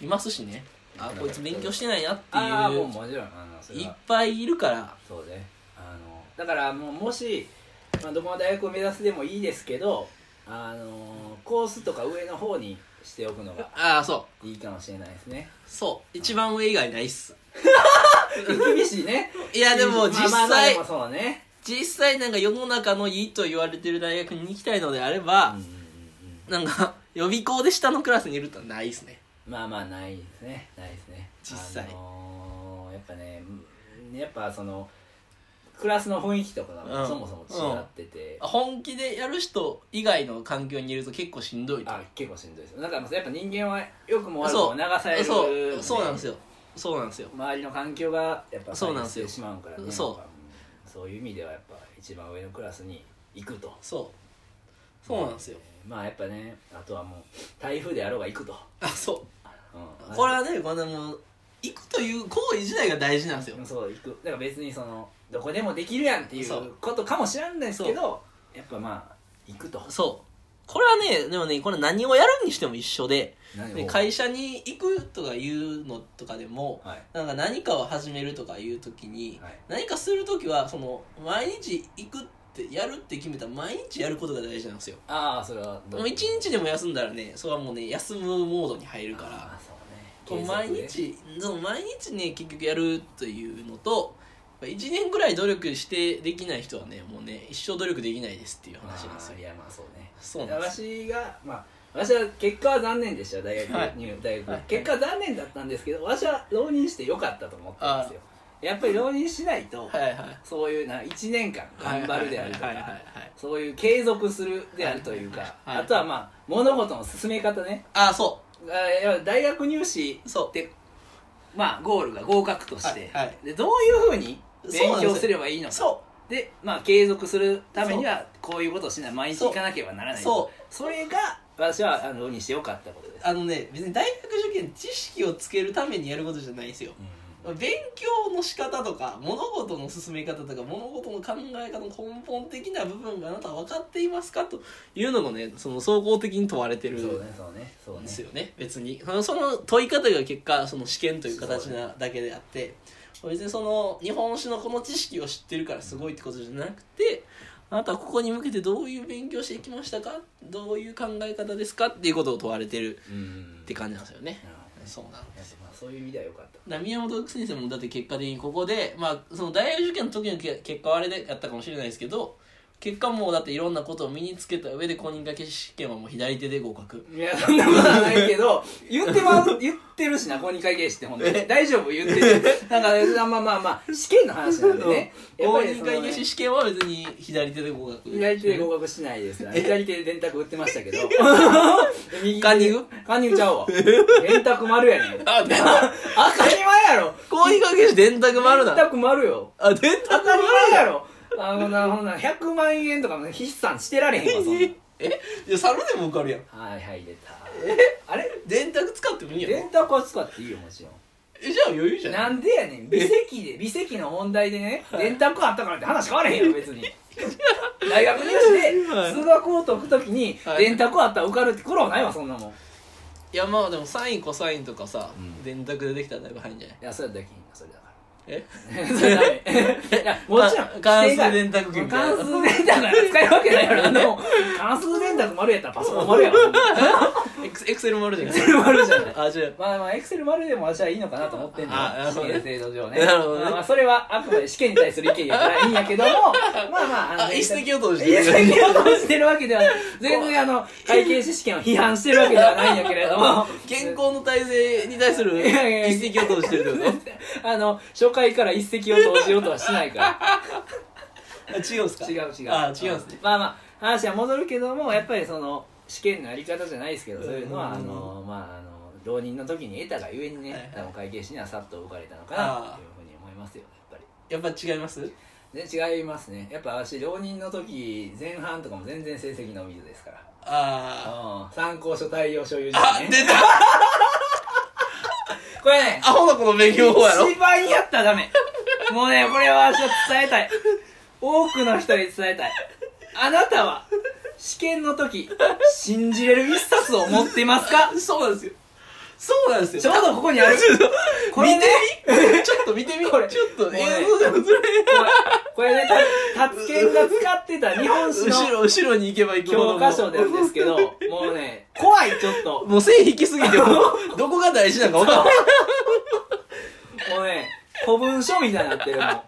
Speaker 1: いますしねあこいつ勉強してないなって
Speaker 2: ああもう
Speaker 1: い
Speaker 2: もちろんあのそうれ
Speaker 1: いっ
Speaker 2: は
Speaker 1: ぱいいるから
Speaker 2: そうねあのだからもうもし、まあ、どこの大学を目指すでもいいですけどあのコースとか上の方にしておくのが
Speaker 1: ああそう
Speaker 2: いいかもしれないです ね
Speaker 1: そう一番上以外ないっす
Speaker 2: 厳しいね
Speaker 1: いやでも実際、
Speaker 2: まあまあでもそうね、
Speaker 1: 実際なんか世の中のいいと言われてる大学に行きたいのであれば、
Speaker 2: うんうんうん
Speaker 1: なんか予備校で下のクラスにいるってのはないですね
Speaker 2: まあまあないですねないですね
Speaker 1: 実際
Speaker 2: あのーやっぱねうんやっぱそのクラスの雰囲気とか
Speaker 1: う
Speaker 2: が
Speaker 1: ん
Speaker 2: そもそも違ってて、
Speaker 1: 本気でやる人以外の環境にいると結構しんどいと
Speaker 2: あ結構しんどいですよだからやっぱ人間は良くも悪く
Speaker 1: そ
Speaker 2: も
Speaker 1: う
Speaker 2: 流される
Speaker 1: そうそうなんです
Speaker 2: よ
Speaker 1: よそうなんですよ
Speaker 2: 周りの環境がやっぱ
Speaker 1: そうなんですよ
Speaker 2: 左右してしまうからね
Speaker 1: そう
Speaker 2: やっぱんそういう意味ではやっぱ一番上のクラスに行くと
Speaker 1: そうそうなんですよ
Speaker 2: まあやっぱねあとはもう台風であろうが行くと、
Speaker 1: あそう
Speaker 2: うん、
Speaker 1: これはねこのもう行くという行為自体が大事なんですよ
Speaker 2: うんそう行くだから別にそのどこでもできるやんってい
Speaker 1: そうう
Speaker 2: ことかもしれないですけどやっぱまあ行くと
Speaker 1: そうこれはねでもねこれ何をやるにしても一緒で、
Speaker 2: 何を
Speaker 1: ね会社に行くとかいうのとかでも、
Speaker 2: はい
Speaker 1: なんか何かを始めるとかいう時に、
Speaker 2: はい
Speaker 1: 何かする時はその毎日行くってやるって決めたら毎日やることが大事なんですよ
Speaker 2: ああそれは
Speaker 1: もう一日でも休んだらねそれはもうね休むモードに入るから
Speaker 2: あーそ
Speaker 1: こ
Speaker 2: うね
Speaker 1: う毎日その毎日ね結局やるというのと1年ぐらい努力してできない人はねもうね一生努力できないですっていう話なんです
Speaker 2: あ
Speaker 1: よ
Speaker 2: ーいやまあそうね
Speaker 1: そうなんです
Speaker 2: 私がまあ私は結果は残念でした大学
Speaker 1: はい
Speaker 2: 入大学、
Speaker 1: はい
Speaker 2: 結果は残念だったんですけど私は浪人してよかったと思ってますよやっぱり浪人しないと、
Speaker 1: はいはい
Speaker 2: そういうな1年間頑張るであると
Speaker 1: はいはいはい
Speaker 2: か
Speaker 1: はい
Speaker 2: そういう継続するであるというか、
Speaker 1: はいはいはい
Speaker 2: あとはまあ物事の進め方ね
Speaker 1: ああそ
Speaker 2: あやっぱ大学入試
Speaker 1: うそう
Speaker 2: でまあゴールが合格として、
Speaker 1: はいはい
Speaker 2: でどういうふうに
Speaker 1: そうな
Speaker 2: 勉
Speaker 1: んです
Speaker 2: 強
Speaker 1: よ
Speaker 2: すればいいのか
Speaker 1: そ
Speaker 2: で、まあ、継続するためにはこういうことをしない毎日行かなければなら
Speaker 1: う
Speaker 2: ない
Speaker 1: そう
Speaker 2: それが私はあのにしてよかったことです、
Speaker 1: あのね別に大学受験知識をつけるためにやることじゃないんですよ勉強の仕方とか物事の進め方とか物事の考え方の根本的な部分があなたは分かっていますかというのもねその総合的に問われてる
Speaker 2: そうんねそうねそう
Speaker 1: で
Speaker 2: ね
Speaker 1: すよね別にそのその問い方が結果その試験という形なだけであって別にその日本史のこの知識を知ってるからすごいってことじゃなくてあなたはここに向けてどういう勉強していきましたかどういう考え方ですかっていうことを問われてる
Speaker 2: うん
Speaker 1: って感じなんですよね
Speaker 2: なるほどね
Speaker 1: そうなんです
Speaker 2: やっぱまあそういう意味ではよかった
Speaker 1: だから宮本先生もだって結果的にここで、まあ、その大学受験の時のけ結果はあれでやったかもしれないですけど結果もうだっていろんなことを身につけた上で公認掛け試験はもう左手で合格
Speaker 2: いやそんなことはないけど言ってま言ってるしな公認会計士って本当に大丈夫言ってるなんかねまあまあまあ、まあ、試験の話なんでねやっ
Speaker 1: 公
Speaker 2: ぱり
Speaker 1: 認
Speaker 2: そのね
Speaker 1: 掛け試験は別に左手で合格
Speaker 2: 左手で合格しないですな左手で電卓売ってましたけど右手で
Speaker 1: カンニング
Speaker 2: カンニングちゃうわ電卓丸やねん
Speaker 1: あでも
Speaker 2: 当たり前やろ
Speaker 1: 公認掛け試験電卓丸
Speaker 2: 電
Speaker 1: だ
Speaker 2: 卓丸よ
Speaker 1: あ電卓
Speaker 2: 当
Speaker 1: 丸
Speaker 2: たり前やろあのなほんな100万円とかの筆算してられへんわそんな
Speaker 1: えいや猿でも受かるやん
Speaker 2: はいはい出たあれ
Speaker 1: 電卓使ってもいいやろ
Speaker 2: 電卓は使っていいよもちろん
Speaker 1: えじゃあ余裕じゃ
Speaker 2: なんんでやねん微積で微積の問題でね電卓あったからって話変われへんよ 別に大学入
Speaker 1: は
Speaker 2: 試
Speaker 1: い
Speaker 2: で数学を解くときに
Speaker 1: はい
Speaker 2: 電卓あったら受かるって苦労ないわそんなもん
Speaker 1: いやまあでもサインコサインとかさ、
Speaker 2: うん
Speaker 1: 電卓でできたらだいぶ早いんじゃない
Speaker 2: いやそれだけそれだから
Speaker 1: え
Speaker 2: それダ メいやもちろ
Speaker 1: 関
Speaker 2: ん正解
Speaker 1: 数電卓機みたい
Speaker 2: 関
Speaker 1: な
Speaker 2: 数電卓なんて使えるわけないやろ でも関数電卓丸やったらパソコン丸やろ
Speaker 1: エクエクセルもあるじゃない
Speaker 2: エクセル丸じゃない
Speaker 1: あ、違う。
Speaker 2: まあまあエクセル丸でも私はいいのかなと思ってんのよ
Speaker 1: あなるほど
Speaker 2: 試験制度上ね
Speaker 1: なるほどね
Speaker 2: まあまあそれはあくまで試験に対する意見やからいいんやけどもまあまああ
Speaker 1: あ、
Speaker 2: の
Speaker 1: 一石を投じ
Speaker 2: いや
Speaker 1: て。
Speaker 2: 全然落してるわけ ではない全然あの会計士試験を批判してるわけではないんやけれども
Speaker 1: 健康の体制に対する
Speaker 2: いやいや
Speaker 1: 一石を投じてるってこ
Speaker 2: あの初回から一石を投じようとはしないから
Speaker 1: とあ違うんすか
Speaker 2: 違う違う
Speaker 1: あ、違うんすね。
Speaker 2: まあまあ話は戻るけどもやっぱりその試験のやり方じゃないですけどそういうの
Speaker 1: う
Speaker 2: は
Speaker 1: ん
Speaker 2: あのまああの浪人の時に得たがゆえにね、
Speaker 1: はいはい
Speaker 2: 多分会計士にはさっと浮かれたのかなっていうふうに思いますよやっぱり
Speaker 1: やっぱ違います
Speaker 2: ね違いますねやっぱ私浪人の時前半とかも全然成績伸びずですから
Speaker 1: あ
Speaker 2: うん参考書対応書有事
Speaker 1: ー。あ、
Speaker 2: ね
Speaker 1: 出た
Speaker 2: これね
Speaker 1: アホの子の勉強法やろ
Speaker 2: 一番やったらダメもうねこれはちょっと伝えたい多くの人に伝えたいあなたは試験の時信じれる一冊を持っていますか
Speaker 1: そうなんですよ。そうなんですよ。
Speaker 2: ちょうどここにある
Speaker 1: ちょっと
Speaker 2: これね
Speaker 1: 見てみちょっと見てみ
Speaker 2: これ
Speaker 1: ちょっと
Speaker 2: これ
Speaker 1: 映像でもずれ
Speaker 2: これねたたつけんが使ってた日本史
Speaker 1: 後
Speaker 2: の
Speaker 1: ろ、後ろに行けば行くほど
Speaker 2: 教
Speaker 1: も
Speaker 2: 科書なんですけどもうね怖いちょっ と
Speaker 1: もう線引きすぎて、も うどこが大事なのか分かんない。
Speaker 2: もうね古文書みたいになってるもん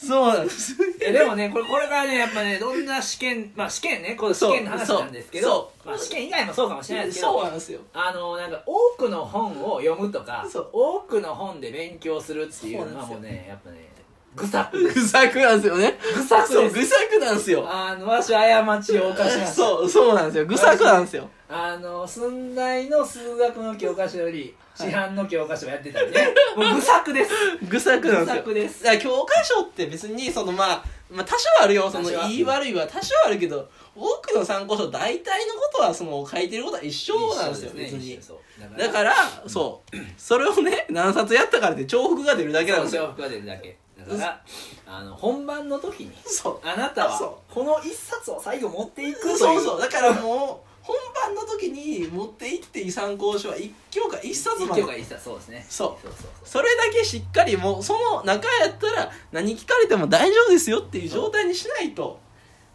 Speaker 1: そうなんです。
Speaker 2: えでもねこれこれからねやっぱねどんな試験まあ試験ねこの試験の話なんですけど
Speaker 1: そうそう
Speaker 2: まあ、試験以外もそうかもしれないですけど
Speaker 1: そうなんですよ。
Speaker 2: あのなんか多くの本を読むとか
Speaker 1: そう
Speaker 2: 多くの本で勉強するっていうのは
Speaker 1: そ
Speaker 2: も
Speaker 1: う
Speaker 2: う
Speaker 1: なん
Speaker 2: ねやっぱねぐさっ
Speaker 1: 愚策なんですよね。
Speaker 2: ぐさく
Speaker 1: そう、
Speaker 2: です
Speaker 1: 愚策なんですよ。
Speaker 2: あのわし過ちを犯しました
Speaker 1: そう、そうなんですよ。愚策なんですよ。
Speaker 2: あの寸大の数学の教科書より市販の教科書をやってたんで、もう愚策です
Speaker 1: 愚策なんです
Speaker 2: 愚
Speaker 1: よ。
Speaker 2: 策です
Speaker 1: だから教科書って別に、そのまあ、まあ多少あるよ。その
Speaker 2: 多少は
Speaker 1: 言い悪いは多少あるけど、多くの参考書、大体のことは、その書いてることは一緒なんですよ、別に
Speaker 2: 一。緒そう
Speaker 1: だから、そう。それをね、何冊やったからって重複が出るだけなんです
Speaker 2: そう
Speaker 1: よ。
Speaker 2: 重複が出るだけだからあの本番の時に
Speaker 1: そう。
Speaker 2: あなたは
Speaker 1: そ
Speaker 2: この一冊を最後持っていくという
Speaker 1: そうそう。だからもう、本番の時に持って行ってって遺産交渉は一教科一冊ま
Speaker 2: 一
Speaker 1: で
Speaker 2: 挙が一冊そうですね
Speaker 1: そう
Speaker 2: そうそう
Speaker 1: それだけしっかりもうその中やったら何聞かれても大丈夫ですよっていう状態にしないと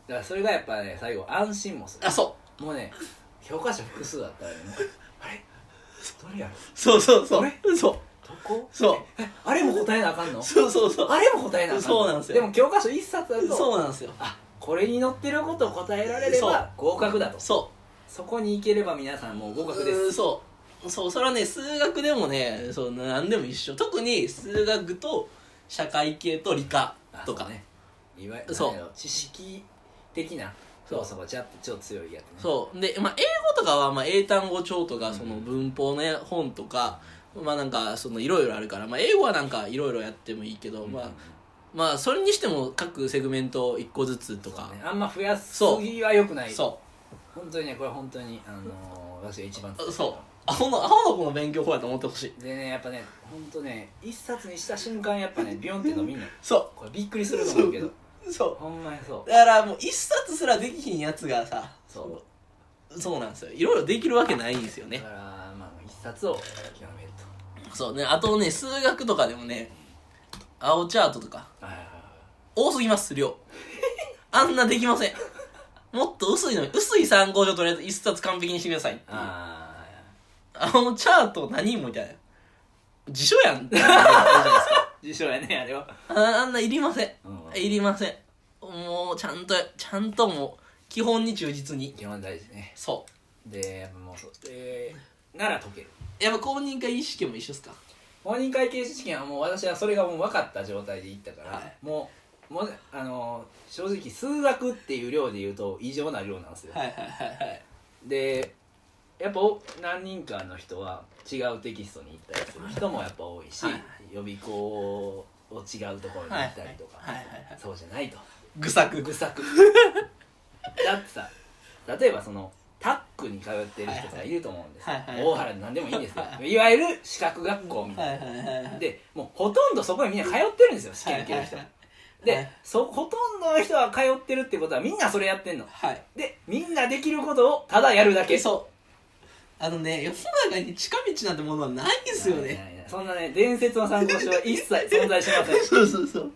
Speaker 2: だからそれがやっぱね最後安心もする
Speaker 1: あそ
Speaker 2: もうね教科書複数だったらねもう あれどれやろ
Speaker 1: うそうそうそう
Speaker 2: あ
Speaker 1: そう
Speaker 2: どこ
Speaker 1: そう
Speaker 2: えあれも答えなあかんの
Speaker 1: そうそうそう
Speaker 2: あれも答えなあかんの
Speaker 1: そうなんですよ
Speaker 2: でも教科書一冊だと
Speaker 1: そうなんですよ
Speaker 2: あこれに載ってることを答えられれ
Speaker 1: そう
Speaker 2: ば合格だと
Speaker 1: そ
Speaker 2: そこに行ければ皆さんもう合
Speaker 1: う
Speaker 2: 格です
Speaker 1: うんそうそうそれはね数学でもねそう何でも一緒特に数学と社会系と理科
Speaker 2: あ
Speaker 1: とか
Speaker 2: そうねいわゆる
Speaker 1: そう
Speaker 2: なんやろ知識的な
Speaker 1: そう
Speaker 2: 要素がちゃっと超強いやつね
Speaker 1: そうで、まあ、英語とかはまあ英単語帳と
Speaker 2: う
Speaker 1: か
Speaker 2: ん
Speaker 1: その文法の本とか、まあなんかそのいろいろあるから、まあ、英語はなんかいろいろやってもいいけど、
Speaker 2: うん
Speaker 1: まあまあそれにしても各セグメント1個ずつとか
Speaker 2: そうねあんま増やすぎはよくない
Speaker 1: そ
Speaker 2: 本当にねこれ本当にあのー私が一番
Speaker 1: うそうアホのアホの子の勉強法やと思ってほしい
Speaker 2: でねやっぱね本当ね一冊にした瞬間やっぱねビヨンって伸びんの
Speaker 1: そ
Speaker 2: これびっくりすると思うけど
Speaker 1: うそ
Speaker 2: ほんまにそう
Speaker 1: うだからもう1冊すらできひんやつがさ
Speaker 2: そ
Speaker 1: そうなんですよいろいろできるわけないんですよ
Speaker 2: うだ
Speaker 1: ね
Speaker 2: からまあ一冊を極めると
Speaker 1: そうねあとね数学とかでもね青チャートとか
Speaker 2: はいはい
Speaker 1: 多すぎます 量あんなできませんもっと薄いのに薄い参考書とりあえず一冊完璧にしてくださいっていうあ
Speaker 2: あ
Speaker 1: のチャート何みたいな辞書やんってなるじゃないですか
Speaker 2: あ辞書やねあれは
Speaker 1: ああんないりません
Speaker 2: うん
Speaker 1: いりませんもうちゃんとちゃんともう基本に忠実に
Speaker 2: 基本大事ね
Speaker 1: そ
Speaker 2: でやっぱもうそうでなら解ける
Speaker 1: うやっぱ公認会意識も一緒っすか
Speaker 2: 公認会計士試験はもう私はそれがもう分かった状態で行ったから、
Speaker 1: は
Speaker 2: もうもうあの正直数学っていう量で言うと異常な量なんですよ、
Speaker 1: はいはいはいはい
Speaker 2: でやっぱお何人かの人は違うテキストに行ったりする人もやっぱ多いし、
Speaker 1: はい
Speaker 2: 予備校を違うところに行ったりとか、
Speaker 1: はいはいはいはい
Speaker 2: そうじゃないと
Speaker 1: 愚策
Speaker 2: 愚策 だってさ例えばそのタックに通ってる人がいると思うんですよ、
Speaker 1: はいはい
Speaker 2: 大原で何でもいいんですよ、い、わゆる資格学校みたいな、
Speaker 1: はいはいはいはい
Speaker 2: でもうほとんどそこにみんな通ってるんですよ試験受ける人、
Speaker 1: はいはいは
Speaker 2: で
Speaker 1: い
Speaker 2: そほとんどの人が通ってるってことはみんなそれやってんの
Speaker 1: はい
Speaker 2: でみんなできることをただやるだけ
Speaker 1: そうあのね世の中に近道なんてものはないんですよ
Speaker 2: いや
Speaker 1: ね
Speaker 2: いやいやそんなね伝説の参考書は一切存在しません
Speaker 1: そうそうそう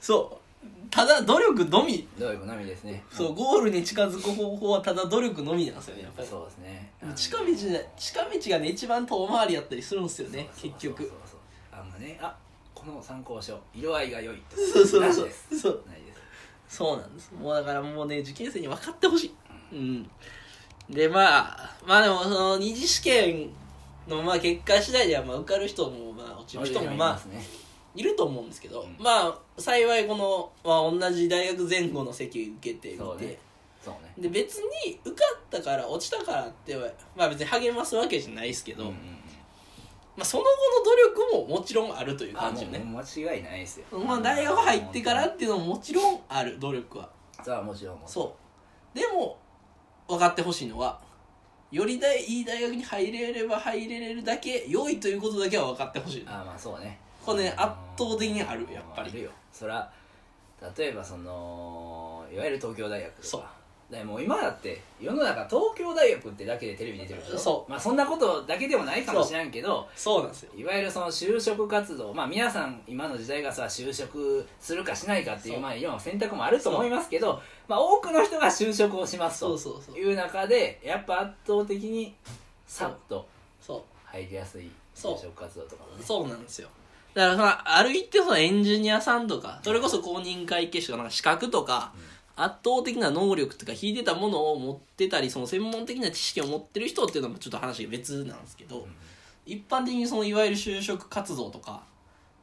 Speaker 1: そうただ努力のみ
Speaker 2: どういうのみですね
Speaker 1: そうゴールに近づく方法はただ努力のみなんですよねやっぱり
Speaker 2: そうですね
Speaker 1: 近道で近道がね一番遠回りやったりするんですよね
Speaker 2: そう
Speaker 1: 結
Speaker 2: そう
Speaker 1: 局
Speaker 2: そうそうあんまねあこの参考書色合いが良い
Speaker 1: そうそうそ
Speaker 2: な
Speaker 1: う
Speaker 2: いです
Speaker 1: そう
Speaker 2: ないです
Speaker 1: そうなんですもうだからもうね受験生に分かってほしいうんでまあまあでもその二次試験のまあ結果次第ではまあ受かる人もまあ落ちる人もまあ
Speaker 2: すね
Speaker 1: いると思うんですけど、
Speaker 2: うん
Speaker 1: まあ幸いこの、まあ、同じ大学前後の席受けてみ
Speaker 2: そう
Speaker 1: て、
Speaker 2: ねそうね
Speaker 1: で別に受かったから落ちたからってはまあ別に励ますわけじゃないですけど、
Speaker 2: うんうん
Speaker 1: ま
Speaker 2: うん
Speaker 1: あ、その後の努力ももちろんあるという
Speaker 2: あ
Speaker 1: 感
Speaker 2: も
Speaker 1: じよね
Speaker 2: う間違いないですよ
Speaker 1: まあ、大学入ってからっていうのももちろんある努力は
Speaker 2: さあもちろんもちろん
Speaker 1: そうでも分かってほしいのはより大いい大学に入れれば入れれるだけ良いということだけは分かってほしい
Speaker 2: あまあそうね
Speaker 1: これね
Speaker 2: あの
Speaker 1: 圧倒的にあるやっぱり
Speaker 2: あるよそら例えばそのいわゆる東京大学と
Speaker 1: そう
Speaker 2: かでもう今だって世の中東京大学ってだけでテレビ出てるでしょ
Speaker 1: そう
Speaker 2: まあそんなことだけでもないかもしれんけど
Speaker 1: そうなんですよ
Speaker 2: いわゆるその就職活動まあ皆さん今の時代がさ就職するかしないかってい
Speaker 1: そう
Speaker 2: うまあいろんな選択もあると思いますけどまあ多くの人が就職をします
Speaker 1: そう
Speaker 2: と
Speaker 1: そうそう
Speaker 2: いう中でやっぱ圧倒的にさっと
Speaker 1: そう
Speaker 2: 入りやすい
Speaker 1: そう
Speaker 2: 就職活動とかもね
Speaker 1: そうなんですよだからそのある一定そのエンジニアさんとかそれこそ公認会計士とかなんか資格とか、圧倒的な能力とか引いてたものを持ってたりその専門的な知識を持ってる人っていうのもちょっと話が別なんですけど、一般的にそのいわゆる就職活動とか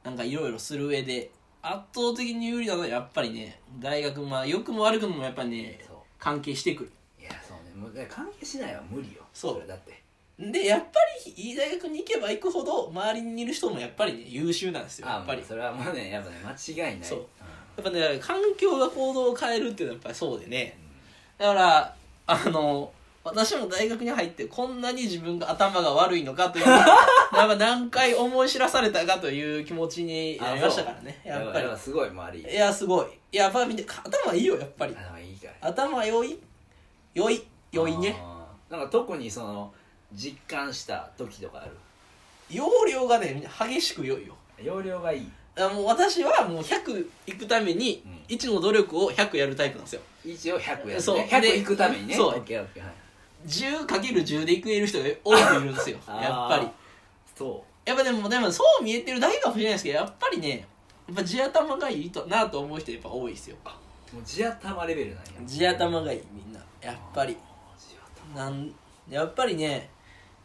Speaker 1: なんかいろいろする上で圧倒的に有利なのはやっぱりね大学まあ良くも悪くもやっぱりね
Speaker 2: そう
Speaker 1: 関係してくる
Speaker 2: いやそうねもうだから関係しないは無理よ
Speaker 1: そう
Speaker 2: れだって
Speaker 1: でやっぱりいい大学に行けば行くほど周りにいる人もやっぱりね優秀なんですよ
Speaker 2: あ
Speaker 1: やっぱり
Speaker 2: もうそれはもうねやっぱね間違いない
Speaker 1: そうんやっぱね環境が行動を変えるっていうのはやっぱりそうでねだからあの私も大学に入ってこんなに自分が頭が悪いのかという やっぱ何回思い知らされたかという気持ちになりましたからね
Speaker 2: あそう
Speaker 1: やっぱ
Speaker 2: やっぱ
Speaker 1: り
Speaker 2: すごい周り
Speaker 1: いやすごいいややっぱり見て頭いいよやっぱり
Speaker 2: 頭いいから
Speaker 1: 頭良い良い良いね
Speaker 2: あーなんか特にその実感した時とかある
Speaker 1: 容量がね激しく良いよ
Speaker 2: 容量がいい
Speaker 1: あもう私はもう100いくために
Speaker 2: う
Speaker 1: 1の努力を100やるタイプなんですよ
Speaker 2: 一応100やる、
Speaker 1: そう
Speaker 2: ね、100いくためにね
Speaker 1: そう
Speaker 2: オッケーオッケーはい
Speaker 1: 10×10 でいくえる人が多くいるん ですよ
Speaker 2: あー
Speaker 1: やっぱり
Speaker 2: そ
Speaker 1: やっぱでもでもそう見えてるだけかもしれないですけどやっぱりねやっぱ地頭がいいとなと思う人やっぱ多いですよ
Speaker 2: うもう地頭レベルなんや
Speaker 1: 地頭がいいみんなやっぱり
Speaker 2: 地
Speaker 1: なんやっぱりね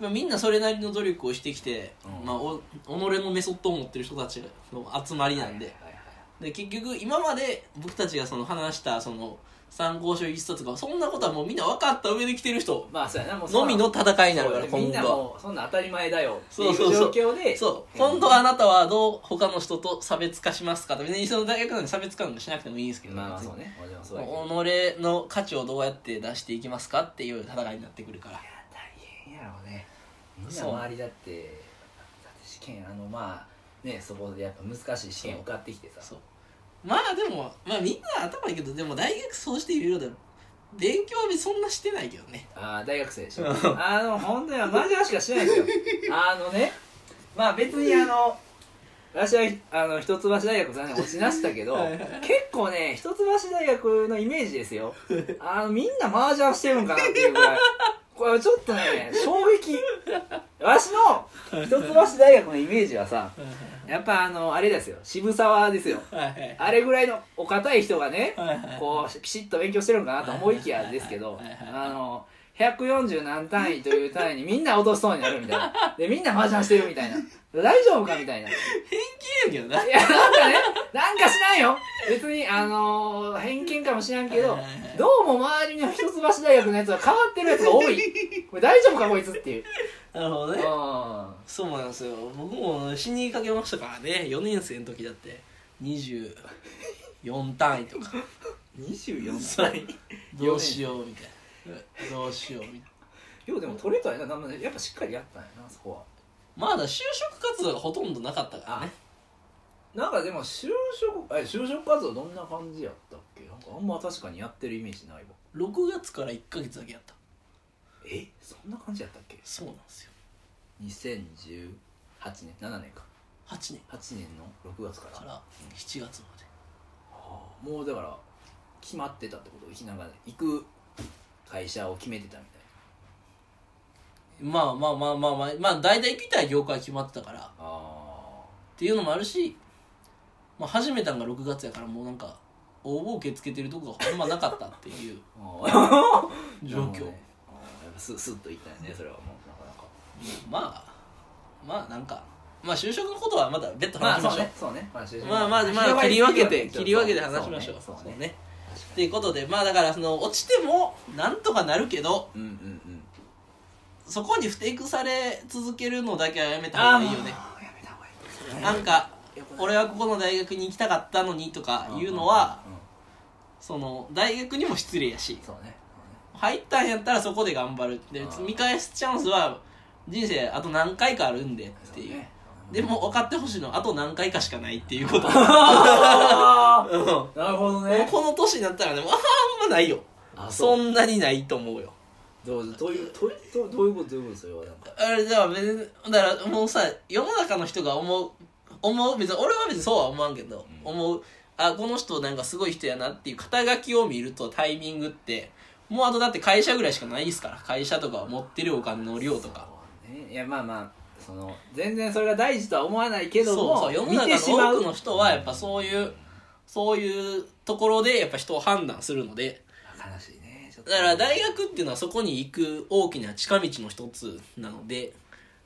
Speaker 1: まあみんなそれなりの努力をしてきて、
Speaker 2: うん
Speaker 1: まあ、お己のメソッドを持ってる人たちの集まり
Speaker 2: 頭
Speaker 1: なんで,、
Speaker 2: はいはいはいはい
Speaker 1: で結局今まで僕たちがその話したその参考書一冊とかそんなことはもうみんな分かった上で来てる人
Speaker 2: まあそうやなもうそ
Speaker 1: の
Speaker 2: んな
Speaker 1: みの戦いになるから
Speaker 2: そうやねみん
Speaker 1: 今
Speaker 2: な
Speaker 1: 度は
Speaker 2: もうそんな当たり前だよってい
Speaker 1: そううそう
Speaker 2: 状
Speaker 1: そう
Speaker 2: 況で
Speaker 1: そう今度はあなたはどう他の人と差別化しますかと別にその大学なんで差別化なんかしなくてもいいんですけど、
Speaker 2: まあまあそうねもちろんそうやけど
Speaker 1: 己の価値をどうやって出していきますかっていう戦いになってくるから
Speaker 2: いや大変やろうねみんな
Speaker 1: そう
Speaker 2: 周りだってだって試験あのまあねそこでやっぱ難しい試験
Speaker 1: そう
Speaker 2: 受かってきてさ
Speaker 1: そうまあでもまあみんな頭いいけどでも大学そうしているようで勉強は別にそんなしてないけどね
Speaker 2: あー大学生でしょ
Speaker 1: うん
Speaker 2: あの本当にマジ話しかしてないですよあのねまあ別にあの私はあの一橋大学残念落ちましたけど
Speaker 1: はいはいはい
Speaker 2: 結構ね一橋大学のイメージですよあのみんな麻雀してるんかなっていうぐらいこれちょっとね衝撃わしの一橋大学のイメージはさやっぱあのあれですよ渋沢ですよ
Speaker 1: はいはい
Speaker 2: あれぐらいのお堅い人がね
Speaker 1: はいはい
Speaker 2: こうきちっと勉強してるのかなと思いきやですけど
Speaker 1: はいはいはいはい
Speaker 2: あの140何単位という単位にみんな落としそうになるみたいな でみんな麻雀してるみたいな大丈夫かみたいない
Speaker 1: 偏見やけどな
Speaker 2: やなんかねなんかしないよ別にあの偏見かもしらんけど
Speaker 1: はいはいはい
Speaker 2: どうも周りの一橋大学のやつは変わってるやつが多いこれ大丈夫かこいつっていう
Speaker 1: なるほど
Speaker 2: うん
Speaker 1: ねそうなんですよ僕も死にかけましたからね4年生の時だって24単位とか
Speaker 2: 24
Speaker 1: 歳 どうしようみたいなどうしようみたいな
Speaker 2: ようでも取れたやななんかやっぱしっかりやったんやなそこは
Speaker 1: まだ就職活動がほとんどなかったからね
Speaker 2: なんかでも就職え就職活動どんな感じやったっけなんかあんま確かにやってるイメージないわ
Speaker 1: 6月から1か月だけやった
Speaker 2: えそんな感じやったっけ
Speaker 1: そうなんですよ
Speaker 2: 2018年7年か
Speaker 1: 8年
Speaker 2: 8年の6月から
Speaker 1: から7月まで
Speaker 2: ああもうだから決まってたってこと行きながら行く会社を決めてたみたいな
Speaker 1: まあまあまあまあまあまあ大体みたい業界決まってたからっ
Speaker 2: あ
Speaker 1: ていうのもあるし、まあ、始めたんが6月やからもうなんか応募受け付けてるとこがほんまなかったっていう
Speaker 2: ーあー
Speaker 1: 状況、
Speaker 2: ねあーやっぱススッといったよねそれはもうなかなか
Speaker 1: まあまあなんかまあ就職のことはまだ別途
Speaker 2: ま
Speaker 1: 話
Speaker 2: あ
Speaker 1: しま
Speaker 2: そう
Speaker 1: しょう
Speaker 2: ねそうねまあ
Speaker 1: まあまあまあ切り分けて切り分けて話しましょう
Speaker 2: そうね
Speaker 1: そ
Speaker 2: そう
Speaker 1: ね
Speaker 2: うね
Speaker 1: っていうことでまあだからその落ちてもなんとかなるけど
Speaker 2: うんうんうん
Speaker 1: そこに不適され続けるのだけはやめた方がいいよね
Speaker 2: あーやめた方がいい
Speaker 1: なんか
Speaker 2: やっぱ
Speaker 1: 俺はここの大学に行きたかったのにとかいうのは
Speaker 2: うんうんうん
Speaker 1: その大学にも失礼やし
Speaker 2: そうね
Speaker 1: 入ったんやったらそこで頑張るで
Speaker 2: うん
Speaker 1: 見返すチャンスは人生あと何回かあるんでっ
Speaker 2: そう
Speaker 1: て
Speaker 2: ね
Speaker 1: いう
Speaker 2: そうね
Speaker 1: でも分かってほしいのはあと何回かしかないっていうこと
Speaker 2: あ
Speaker 1: うんも
Speaker 2: ーなるほど
Speaker 1: う
Speaker 2: ね
Speaker 1: この年になったらねもうあんまないよ
Speaker 2: あ
Speaker 1: そ
Speaker 2: うん
Speaker 1: なにないと思うよ
Speaker 2: どうどういうどういうどういうことどういうことそれはなんか
Speaker 1: あれだから別にだからもうさ世の中の人が思う思う別に俺は別にそうは思わんけど、
Speaker 2: うん
Speaker 1: 思うあこの人なんかすごい人やなっていう肩書きを見るとタイミングってもうあとだって会社ぐらいしかないですから会社とか持ってるお金の量とか
Speaker 2: そうねいやまあまあその全然それが大事とは思わないけ
Speaker 1: そ
Speaker 2: ど
Speaker 1: う
Speaker 2: も
Speaker 1: そう世の
Speaker 2: 見て
Speaker 1: 中
Speaker 2: し
Speaker 1: の
Speaker 2: ま
Speaker 1: 多
Speaker 2: う
Speaker 1: くの人はやっぱそういうそういうところでやっぱ人を判断するので
Speaker 2: 悲しいねちょっと
Speaker 1: だから大学っていうのはそこに行く大きな近道の一つなので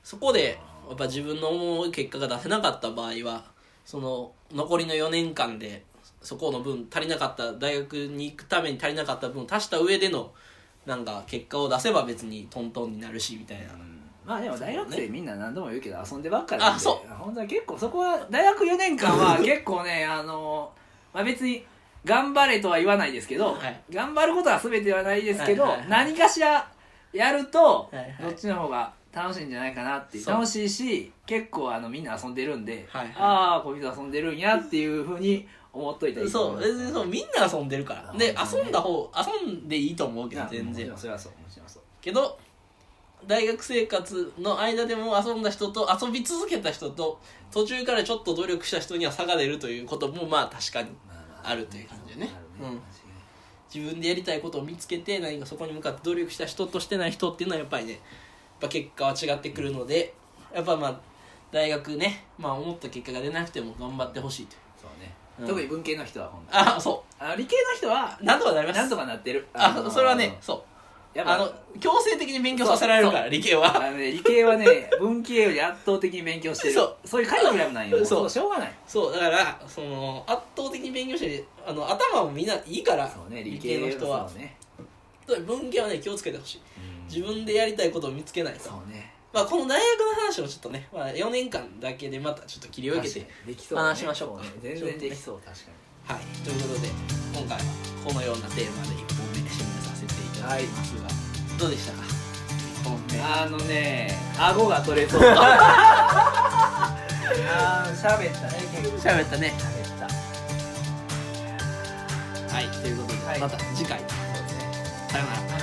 Speaker 1: そこでやっぱ自分の思う結果が出せなかった場合はその残りの4年間でそこの分足りなかった大学に行くために足りなかった分足した上でのなんか結果を出せば別にトントンになるしみたいな
Speaker 2: うんまあでも大学生みんな何度も言うけど遊んでばっかりなんで
Speaker 1: あそ
Speaker 2: 本当に結構そこは大学4年間は結構ねあの、まあ、別に頑張れとは言わないですけど、
Speaker 1: はい
Speaker 2: 頑張ることは全てではないですけど、
Speaker 1: はいはいはい
Speaker 2: 何かしらやると、
Speaker 1: はいはい
Speaker 2: どっちの方が楽しいんじゃないかなっていう
Speaker 1: そう
Speaker 2: 楽しいし結構あのみんな遊んでるんで、
Speaker 1: はいはい
Speaker 2: ああこいつ遊んでるんやっていうふうに思っといたらいいと
Speaker 1: そ
Speaker 2: 思
Speaker 1: う
Speaker 2: います
Speaker 1: 別にそうみんな遊んでるからで遊んだ方遊んでいいと思うけど
Speaker 2: いや
Speaker 1: 全
Speaker 2: もち
Speaker 1: 然
Speaker 2: ろんそれはそうもちろんそう
Speaker 1: けど大学生活の間でも遊んだ人と遊び続けた人と途中からちょっと努力した人には差が出るということもまあ確かにあるという感じでね
Speaker 2: ある
Speaker 1: うん
Speaker 2: ね
Speaker 1: 自分でやりたいことを見つけて何かそこに向かって努力した人としてない人っていうのはやっぱりねやっぱ結果は違ってくるのでやっぱまあ大学ね、まあ、思った結果が出なくても頑張ってほしいという
Speaker 2: そう
Speaker 1: う
Speaker 2: ね、
Speaker 1: ん
Speaker 2: 特に文系の人はほんと
Speaker 1: あそ
Speaker 2: あ理系の人は
Speaker 1: うなんとかなります
Speaker 2: なんとかなってる
Speaker 1: あ
Speaker 2: のー
Speaker 1: それはねそう
Speaker 2: やっぱ
Speaker 1: あの強制的に勉強させられるから理系は
Speaker 2: あのね理系は ね文系より圧倒的に勉強してる
Speaker 1: そう
Speaker 2: そういうカリキュラムなんよもう
Speaker 1: そう
Speaker 2: そうしょうがない
Speaker 1: そうだからその圧倒的に勉強してあの頭もみんないいから
Speaker 2: そうね理系
Speaker 1: の人は
Speaker 2: そうね
Speaker 1: そう文系はね気をつけてほしい
Speaker 2: うん
Speaker 1: 自分でやりたいことを見つけないと、
Speaker 2: そうね
Speaker 1: まあ、この大学の話をちょっとね、まあ、4年間だけでまたちょっと切り分けて
Speaker 2: 確かにできそうだね
Speaker 1: 話しましょうか
Speaker 2: そね全然できそう確か
Speaker 1: はいということで今回はこのようなテーマで1本目締めさせていただきますが、どうでしたか1本目
Speaker 2: にあのね顎が取 れそうあー喋ったね結局
Speaker 1: 喋ったね
Speaker 2: 喋った
Speaker 1: はいということで、
Speaker 2: はい
Speaker 1: また次回
Speaker 2: そうですね
Speaker 1: さよなら